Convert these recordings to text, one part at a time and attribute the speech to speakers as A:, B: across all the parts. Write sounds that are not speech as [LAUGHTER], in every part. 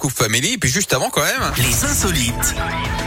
A: Coupe Family, et puis juste avant quand même.
B: Les insolites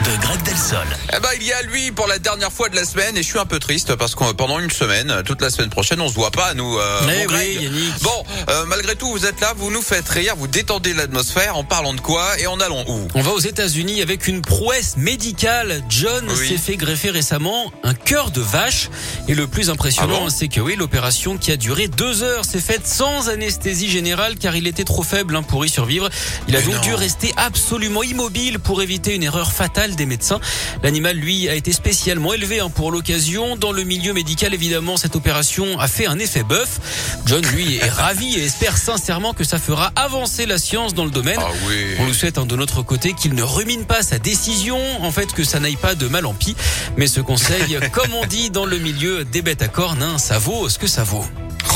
B: de Greg Delsol.
A: Eh ben, il y a lui pour la dernière fois de la semaine et je suis un peu triste parce que euh, pendant une semaine, euh, toute la semaine prochaine, on se voit pas nous. euh,
B: Eh
A: mon Greg.
B: oui, Yannick.
A: Bon, euh, malgré tout, vous êtes là, vous nous faites rire, vous détendez l'atmosphère en parlant de quoi et en allant où
B: On va aux États-Unis avec une prouesse médicale. John
A: Oui.
B: s'est fait greffer récemment un cœur de vache. Et le plus impressionnant,
A: Ah bon
B: c'est que oui, l'opération qui a duré deux heures s'est faite sans anesthésie générale car il était trop faible hein, pour y survivre. Il a
A: Mais
B: donc
A: non.
B: dû rester absolument immobile pour éviter une erreur fatale des médecins. L'animal, lui, a été spécialement élevé hein, pour l'occasion. Dans le milieu médical, évidemment, cette opération a fait un effet bœuf. John, lui, est [LAUGHS] ravi et espère sincèrement que ça fera avancer la science dans le domaine.
A: Ah oui.
B: On nous souhaite hein, de notre côté qu'il ne rumine pas sa décision, en fait que ça n'aille pas de mal en pis. Mais
A: [LAUGHS]
B: ce conseil, comme on dit dans le milieu des bêtes à cornes, hein, ça vaut ce que ça vaut.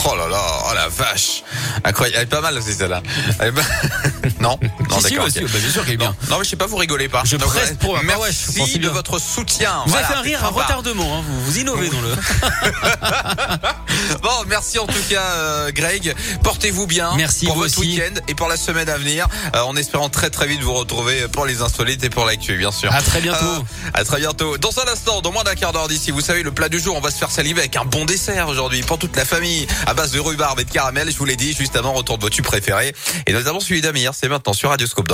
A: Oh là là, oh la vache. Incroyable, elle est pas mal aussi celle-là. Elle est pas- ben, [LAUGHS] non, non
B: Si, si,
A: d'accord.
B: monsieur,
A: ok.
B: bah, bien sûr qu'elle est bien.
A: Non mais je sais pas, vous rigolez pas.
B: Je
A: Donc,
B: presse
A: ouais,
B: pour- bah ouais, je
A: Merci
B: pensais
A: de
B: bien.
A: votre soutien.
B: Vous
A: Voilà,
B: avez fait un
A: c'est
B: rire à
A: sympa.
B: retardement, hein, vous, vous innovez dans le...
A: Bon, merci en tout cas, euh, Greg. Portez-vous bien
B: Merci,
A: pour
B: vous
A: votre
B: aussi.
A: week-end et pour la semaine à venir, euh, en espérant très très vite vous retrouver pour les insolites et pour l'actu, bien sûr.
B: À très bientôt.
A: Euh, à très bientôt. Dans un instant, dans moins d'un quart d'heure d'ici, vous savez, le plat du jour, on va se faire saliver avec un bon dessert aujourd'hui pour toute la famille, à base de rhubarbe et de caramel. Je vous l'ai dit, juste avant, retour de vos tubes préférés, et notamment celui d'Amir. C'est maintenant sur Radioscope. Dans la-